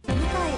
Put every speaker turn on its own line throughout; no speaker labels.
蘭の調和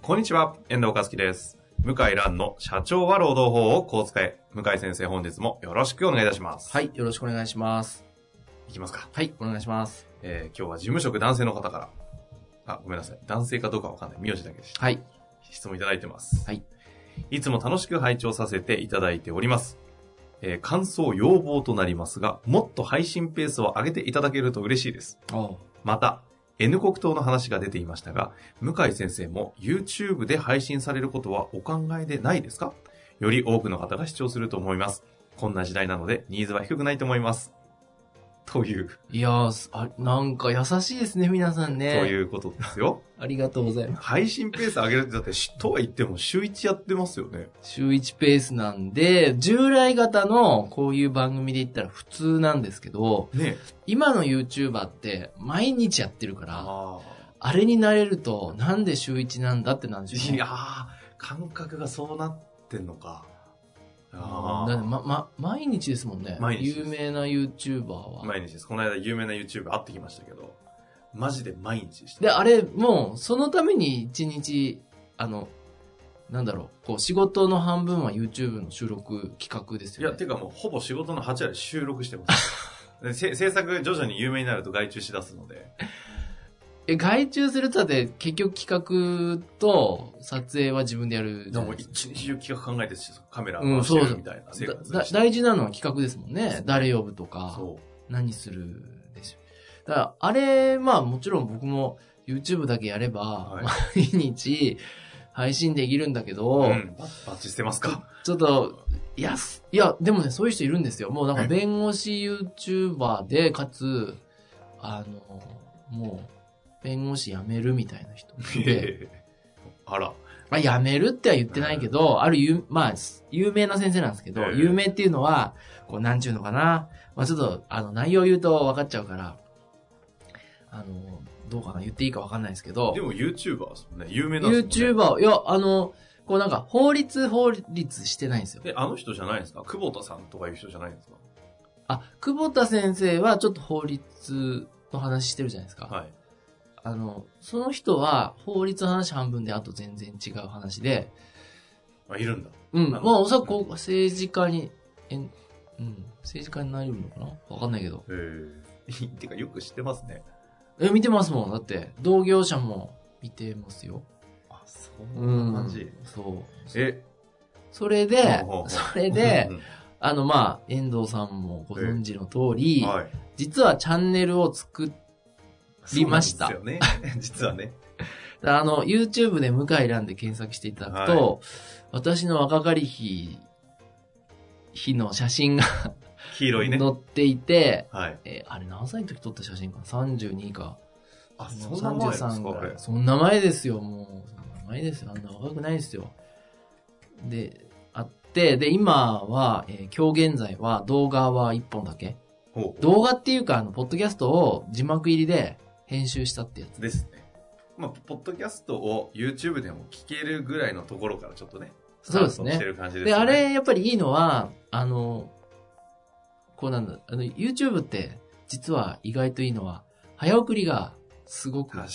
こんにちは、遠藤和樹です。向井蘭の社長は労働法をこう使え。向井先生本日もよろしくお願いいたします。
はい、よろしくお願いします。
いきますか。
はい、お願いします。
えー、今日は事務職男性の方から。あ、ごめんなさい。男性かどうかわかんない。名字だけでした。
はい、
質問いただいてます。
はい。
いつも楽しく拝聴させていただいております。えー感想要望となりますが、もっと配信ペースを上げていただけると嬉しいです。
お
また、N 国党の話が出ていましたが、向井先生も YouTube で配信されることはお考えでないですかより多くの方が視聴すると思います。こんな時代なので、ニーズは低くないと思います。という、
いやーすあ、なんか優しいですね、皆さ
と
んね。
いうことですよ。
ありがとうございます。
配信ペース上げるって、だって、しとは言っても週1やってますよね。
週1ペースなんで、従来型のこういう番組で言ったら普通なんですけど、
ね
今の YouTuber って毎日やってるから、
あ
あれになれると、なんで週1なんだってなんでしょ
いうや
ね。
ー感覚がそうなってんのか。あ
だって
ー
ま、ま、毎日ですもんね。
毎日で
有
す
名な YouTuber は。
毎日です。この間有名な YouTube 会ってきましたけど、マジで毎日でした。
で、あれ、もう、そのために一日、あの、なんだろう、こう、仕事の半分は YouTube の収録企画です
い
よ
や、
ね。
ていうかもうほぼ仕事の8割収録してます。 でせ制作徐々に有名になると外注しだすので。
え、外注するとだって、結局企画と撮影は自分でやるじ
でも
ゃな
もう
いですか。
一日中企画考えてカメラ
うん
回してるみたいな生活
だ
で
だ
した
大事なのは企画ですもんね。誰呼ぶとか、
そ
何するでしょう。だから、あれ、まあもちろん僕も YouTube だけやれば、
う。はい。
毎日配信できるんだけど、
うん。バッバッチしてますか
ちょっと、いや、すいや、でもね、そういう人いるんですよ。もうなんか弁護士 YouTuber で、かつ、あの、もう、弁護士辞めるみたいな人。 で、
あら。
まあ辞めるっては言ってないけど、ある有、まあ、有名な先生なんですけど、
ええ
有名っていうのは、こう、なんちゅうのかな。まあちょっと、あの、内容言うと分かっちゃうから、あの、どうかな、言っていいか分かんないですけど
で、も YouTuber ですもんね。有名なんですもんね。
YouTuber、いや、あの、こうなんか、法律、法律してないんですよ。
で、あの人じゃないですか久保田さんとかいう人じゃないですか
あ、久保田先生はちょっと法律の話してるじゃないですか。
はい。
あの、その人は法律の話半分で、あと全然違う話で、
あ、いるんだ。
うん、
あ
ま
の
あおそらくこう政治家に、えんうん、政治家になれるのかなわかんないけど。
へえ。 てかよく知ってますね。
え、見てますもん。だって、同業者も見てますよ。
あ、そ
うん。
感じ。
そう。
え、
それで
ほうほうほ、う
それで
う、ん
あの、まあ、遠藤さんもご存知の通り、
はい。
実はチャンネルを作っりました
そうなんですよね。実はね。
あの、YouTube で向井蘭で検索していただくと、私の若かり日、日の写真が
黄色いね。
載っていて、
はい。
えーあれ何歳の時撮った写真かな ?32 か。
あ、
も
そ
うん
な前ですか、
33
こ
ぐらい
れ。
そんな前ですよ、もう。そんな前ですよ。あんな若くないですよ。で、あって、で、今は、えー今日現在は動画は1本だけ。
ほ
動画っていうか、あの、ポッドキャストを字幕入りで編集したってやつ。
う。ですね。まあ、ポッドキャストを YouTube でも聞けるぐらいのところからちょっとね、
そうですね
スタートしてる感じです
で、
よ
あ
ね。
れ、やっぱりいいのは、あの、こうなんだ、あの、YouTube って、実は意外といいのは、早送りがすごく
確、か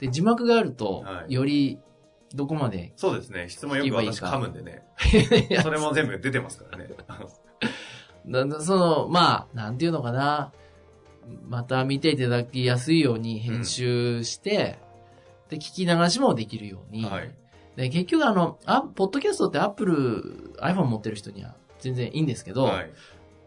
に。
で、字幕があると、
はい
より、どこまで、
そうですね。質問よ
聞け
く
ばいい
私
か
噛むんでね。それも全部出てますからね。
だだその、まあ、なんていうのかな、また見ていただきやすいように編集して、で、聞き流しもできるように、
はい。
で、結局あの、あ、ポッドキャストって Apple、iPhone 持ってる人には全然いいんですけど、
はい。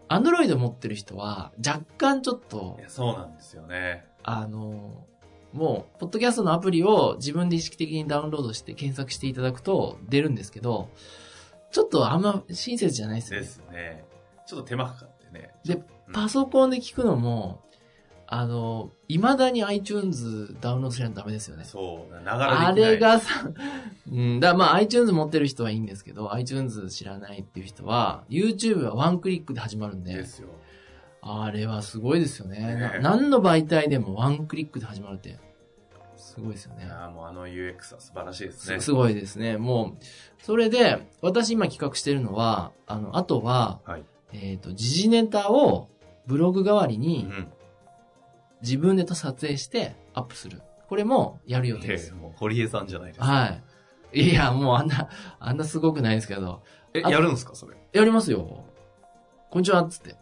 アンドロイド持ってる人は、若干ちょっと
い、や、そうなんですよね。
あの、もう、ポッドキャストのアプリを自分で意識的にダウンロードして検索していただくと出るんですけど、ちょっとあんま親切じゃないですよ
で
ね。
すね。ちょっと手間かかってね。
で
うん
パソコンで聞くのも、あの、未だに iTunes ダウンロードしないとダメですよね。
そう、なが
あ
らできない。
れがさ、うん、だまあ iTunes 持ってる人はいいんですけど、iTunes 知らないっていう人は、YouTube はワンクリックで始まるんで、
ですよ。
あれはすごいですよね
ね
な何の媒体でもワンクリックで始まるって、すごいですよ
い
ね。
やーもうあの UX は素晴らしいですね。
すすごいですね。もう、それで、私今企画してるのは、あの、あとは、
はい
えっ、と、時事ネタをブログ代わり
う
に
ん。
自分で撮影してアップする。これもやる予定
え
です
え。もう堀江さんじゃないですか。
はい。いや、もうあんな、あんなすごくないですけど。
え、
あ
やるんですかそれ。
やりますよ。こんにちはっつって。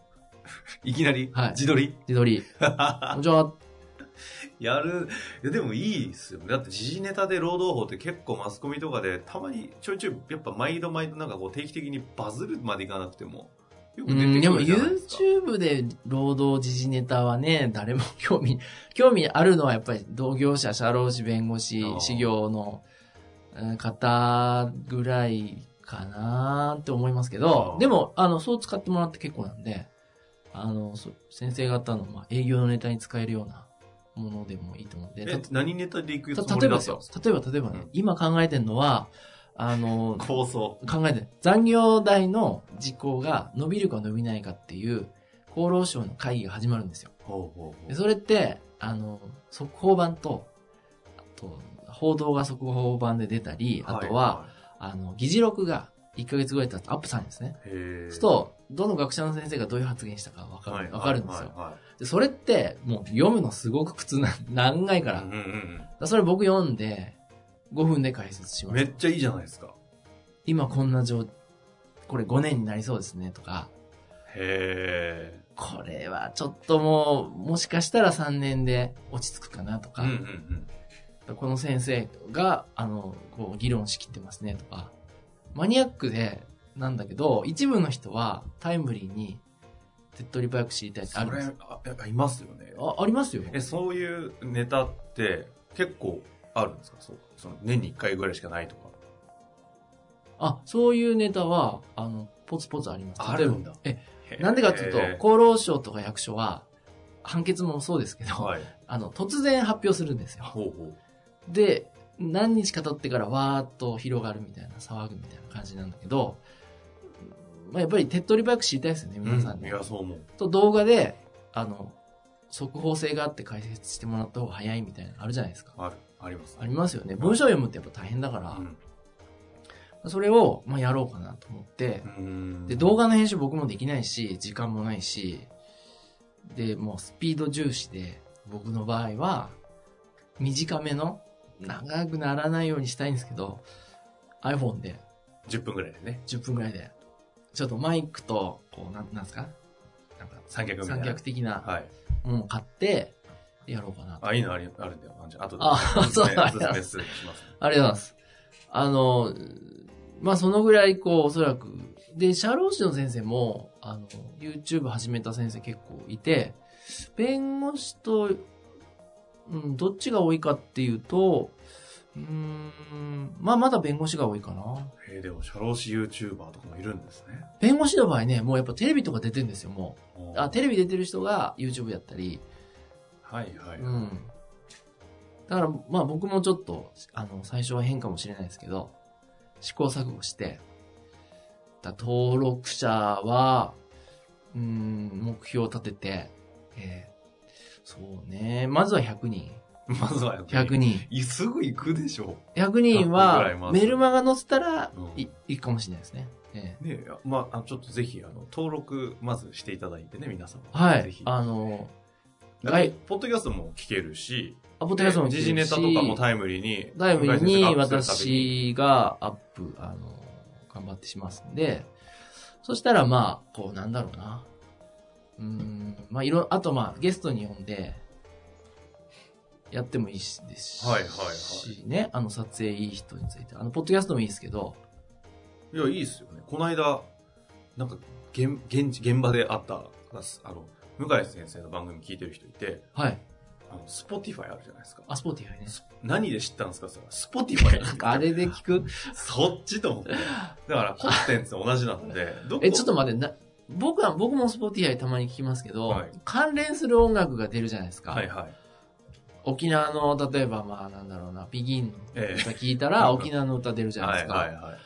いきなり、
はい
自撮り
自撮り。こんにちは。
やる。いや、でもいいですよね。だって時事ネタで労働法って結構マスコミとかで、たまにちょいちょい、やっぱ毎度毎度なんかこう定期的にバズるまでいかなくても、よ
う
く出
ん、
て
で
く
も
るじゃないですか。
YouTube で労働時事ネタはね、誰も興味、興味あるのはやっぱり同業者、社労士、弁護士
あ、ー
修行のうん方ぐらいかなって思いますけ
あ
ど
ー、
でも、あの、そう使ってもらって結構なんで、あの、そ先生方の、まあ、営業のネタに使えるようなものでもいいと思うんで、
え、何ネタでいくつ
た
も
例
り
えば
だ
で
っ
す
たん
よ
ですか。
例えば、例えばね、
うん
今考えてるのは、あの、
構想。
考えて残業代の時効が伸びるか伸びないかっていう厚労省の会議が始まるんですよ。
ほうほうほ
でそれって、あの、速報版と、あと、報道が速報版で出たり、あとは、あの、議事録が1ヶ月ぐらい経ってアップされるんですね。
いい、へえ
そうすると、どの学者の先生がどういう発言したかわか
はい
る、わかるんですよ。
はいはい
でそれって、もう読むのすごく苦痛な、 長いから。
う
だ
ん
か
うん
らそれ僕読んで、5分で解説し
うん。
ま
め
す。
っちゃいいじゃないですか。
今こんな状、これ5年になりそうですね、とか。
へえ。
これはちょっともう、もしかしたら3年で落ち着くかなと
う
か、
んうんうん。
この先生が、あの、こう、議論しきってますねとか、マニアックで、なんだけど、一部の人はタイムリーに、手っ取り早く知りたいってあ
そ
るんで
れ
す、
あやっぱいますよね。
あありますよ。
え、そういうネタって結構あるんですかそう。その年に1回ぐらいしかないとか。
あ、そういうネタは、あの、ポツポツあります。
あるんだ
例えばえ、なんでかっていうと、
へ
厚労省とか役所は、判決もそうですけ
ー
ど、
はい。
あの、突然発表するんですよ。
ほうほう。
で、何日か経ってからわーっと広がるみたいな、騒ぐみたいな感じなんだけど、まあ、やっぱり手っ取り早く知りたいですよね、皆さ
う
ん
ん、い
ね。
や、そう思う。
と動画で、あの、速報性があって解説してもらった方が早いみたいなのあるじゃないですか。
ある。あります。
ありますよね。文章読むってやっぱ大変だか
うん
ら、それを、まあ、やろうかなと思って
う、ん。
で、動画の編集僕もできないし、時間もないし、で、もうスピード重視で、僕の場合は、短めの、長くならないようにしたいんですけど、iPhone で
10分ぐらいでね。
10分ぐらいで、ちょっとマイクと、こう、なん、なんですかなんか、
三脚みたい
三
な。
脚的な
はい。
ものを買って、やろうかなと。
あ、いいのありあるんだよ。あじゃあ後で。
あそう
お
なん
すすめ
だ
おすすめします。
ありがとうございます。あの、まあ、そのぐらい、こう、おそらく。で、社労士の先生も、あの、YouTube 始めた先生結構いて、弁護士と、うん、どっちが多いかっていうと、うーん、まあ、まだ弁護士が多いかな。
えー、でも、社労士 YouTuber とかもいるんですね。
弁護士の場合ね、もうやっぱテレビとか出てるんですよ、もう。あ、
て
テレビ出てる人が YouTube やったり、
はいはい。
うん。だから、まあ僕もちょっと、あの、最初は変かもしれないですけど、試行錯誤して、だ登録者は、うん、目標を立てて、えーそうね、まずは100人。
まずは
100人。
いすぐ行くでしょ
100人
ぐらいま
は、
ず
メルマが載せたら
うん
い、いいかもしれないですね。え
う。ねえまあ、あのちょっとぜひ、あの、登録、まずしていただいてね、皆さん
ーは
ぜ
い
ひ。。
あの、
だから
はい
ポッドキャストも聞けるし、
アポテキャストも聞ける
時
し
事ネタとかもタイムリーに。
ダイブに
向井先生がアップするたびに。
私がアップ、あの、頑張ってしますんで、そしたらまあ、こうなんだろうな。うーん、まあいろ、あとまあゲストに呼んで、やってもいいしですし、
はいはいはい
ね、あの撮影いい人について、あの、ポッドキャストもいいですけど、
いや、いいですよね。この間、なんか、現、現地、現場で会った、あの、向井先生の番組聞いてる人いて、
はい。
あの、スポティファイあるじゃないですか。
あ、スポーティファイ ね。
何で知ったんですかって言ったら、スポティファイ
なんかあれで聞く
そっちと思って。だから、コンテンツ同じなので、どこ
え、ちょっと待って、な、僕は、僕も Spotify たまに聞きますけど、
はい
関連する音楽が出るじゃないですか。
はいはい。
沖縄の、例えば、まあ、なんだろうな、ビギン
え
と
え
か聞いたら、沖縄の歌出るじゃな
はい
いですか。
はいは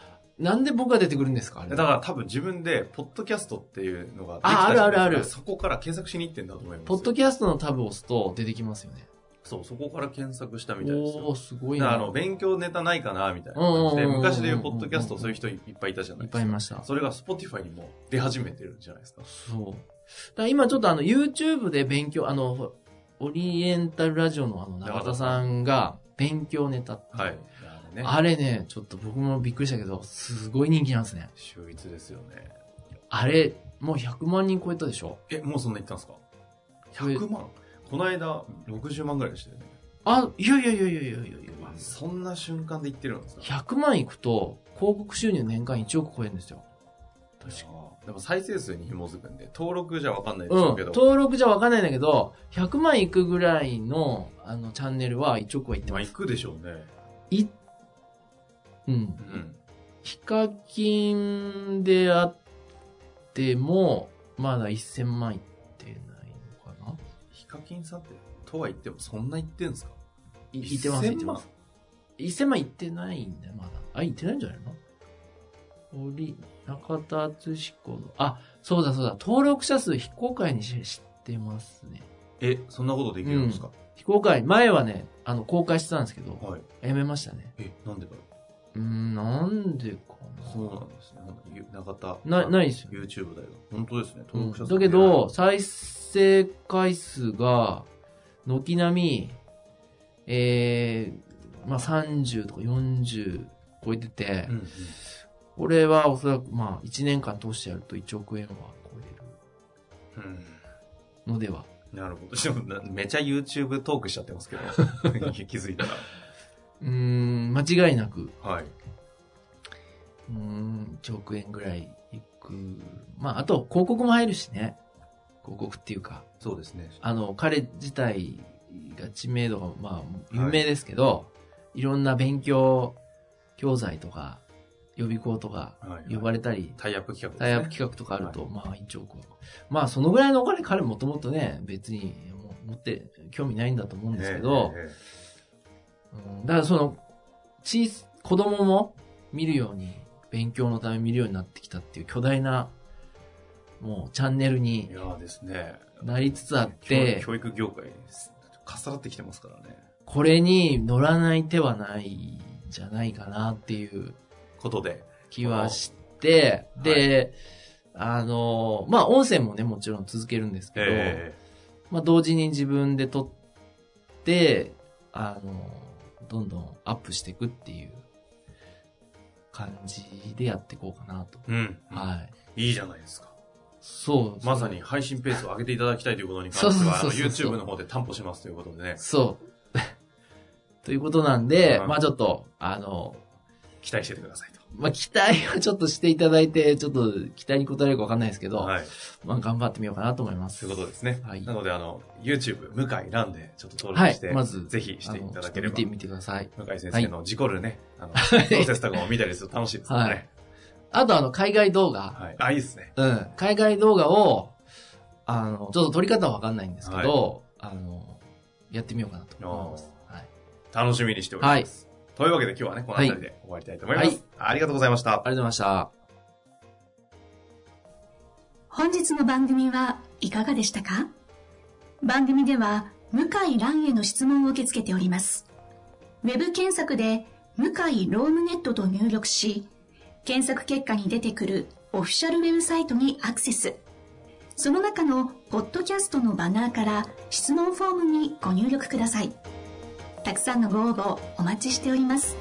い。
なんで僕が出てくるんですかあれ
だから多分自分で、ポッドキャストっていうのができた
ああるあるある
そこから検索しに行ってんだと思います。
ポッドキャストのタブを押すと出てきますよね。
そう、そこから検索したみたいです
お
よ
お。すごい
だからあ
な。
の、勉強ネタないかな、みたいな感じで、
うんうんうんうん
昔でいうポッドキャストそういう人いっぱいいたじゃない
いっ
ですか。
ぱいいました。
それが Spotify にも出始めてるんじゃないですか。
そう。だから今ちょっとあの、YouTube で勉強、あの、ほオリエンタルラジオのあの、中田さんが勉強ネタって
はい。あれね。
あれね、ちょっと僕もびっくりしたけど、すごい人気なんですね。
秀逸ですよね。
あれ、もう100万人超えたでしょ
え、もうそんな言ったんですか
え
?100 万この間、60万ぐらいでしたよね。
あ、いやいやいやいやいやいやいや
そんな瞬間で言ってるんですか
100万いくと、広告収入年間1億超えるんですよ。確か
でも再生数に紐づくんで、登録じゃわかんないで
う
し
ん
ょうけ。ど、
登録じゃわかんないんだけど、100万いくぐらいの、あの、チャンネルは1億はいって
まあ
ま
行
す。
くでしょうね。
い、うん
う。ん。
ヒカキンであっても、まだ1000万いってないのかな
ヒカキンさんって、とは言ってもそんな言ってんすか
いいってます、
1000
いってます。1000万いってないんだよ、まだ。あ、いってないんじゃないの折、中田敦彦の、あ、そうだそうだ、登録者数非公開にし知ってますね。
え、そんなことできるんですか、
非公開、前はね、あの、公開してたんですけど、
はい。
やめましたね。
え、なんでだろ
うーん、なんでか
うそうなんですね。なんかゆ中田。
な。な、ないですよ。
YouTube だよ。本当ですね。
う
登
ん
録者数、
だけど、、再生回数が、軒並み、えー、まあ30とか40超えてて
うん、うん、
これはおそらくまあ1年間通してやると1億円は超え
うん。
るのでは。
なるほど。で もなめちゃ YouTube トークしちゃってますけど、 気づいた
うーん、間違いなく、
ら。はい。
うーん、1億円ぐらいいく。まああと広告も入るしね。広告っていうか、
そうですね。
あの、彼自体が知名度がまあ有名ですけど、い、ろんな勉強教材とか予備校とか
はい、
呼ばれたり、
タイアップ企画ですね。
タイアップ企画とかあると、まあ1億は。まあそのぐらいのお金彼もともとね、別にもう持って興味ないんだと思うんですけど、
えええええ
うんだからその、小さ子供も見るように、勉強のため見るようになってきたっていう巨大な、もうチャンネル
えい
に
やーですね。
なりつつあって、
教育教育業界です、かっさらってきてますからね。
これに乗らない手はないんじゃないかなっていう
ことで。
気はして、で、あの、まあ、音声もね、もちろん続けるんですけど、
え
まあ、同時に自分で撮って、あの、どんどんアップしていくっていう感じでやっていこうかなと。
えうん。
はい。
いいじゃないですか。
そう。
まさに配信ペースを上げていただきたいということに関しては、あ
そ
の
うそうそうそう
YouTube の方で担保しますということでね、
そう。 ということなんで、
うん
まあちょっと、あの、
期待しててくださいと。
まあ期待はちょっとしていただいて、ちょっと期待に応えるかわかんないですけど、
はい。
まあ頑張ってみようかなと思います。
ということですね。
はい
なので、あの、YouTube、向井蘭でちょっと登
は
録
い
して、。
まず、
ぜひしていただければ
あのちょっと見て、みてください。
向井先生の事故るね、 あの、プロセスとかも見たりすると楽しいですからね。
あとあの、海外動画。
はい。あ、いいですね。
うん。海外動画を、あの、ちょっと撮り方はわかんないんですけど、あの、やってみようかなと思います。はい。
楽しみにしており
は
ま
い。ありが
す。というわけで今日はね、この辺りで終わりたいと思います。
はい
ありがとうございました。
とうございました。
本日の番組はいかがでしたか番組では向井蘭への質問を受け付けております。ウェブ検索で向井ロームネットと入力し、検索結果に出てくるオフィシャルウェブサイトにアクセス。その中のポッドキャストのバナーから質問フォームにご入力ください。たくさんのご応募お待ちしております。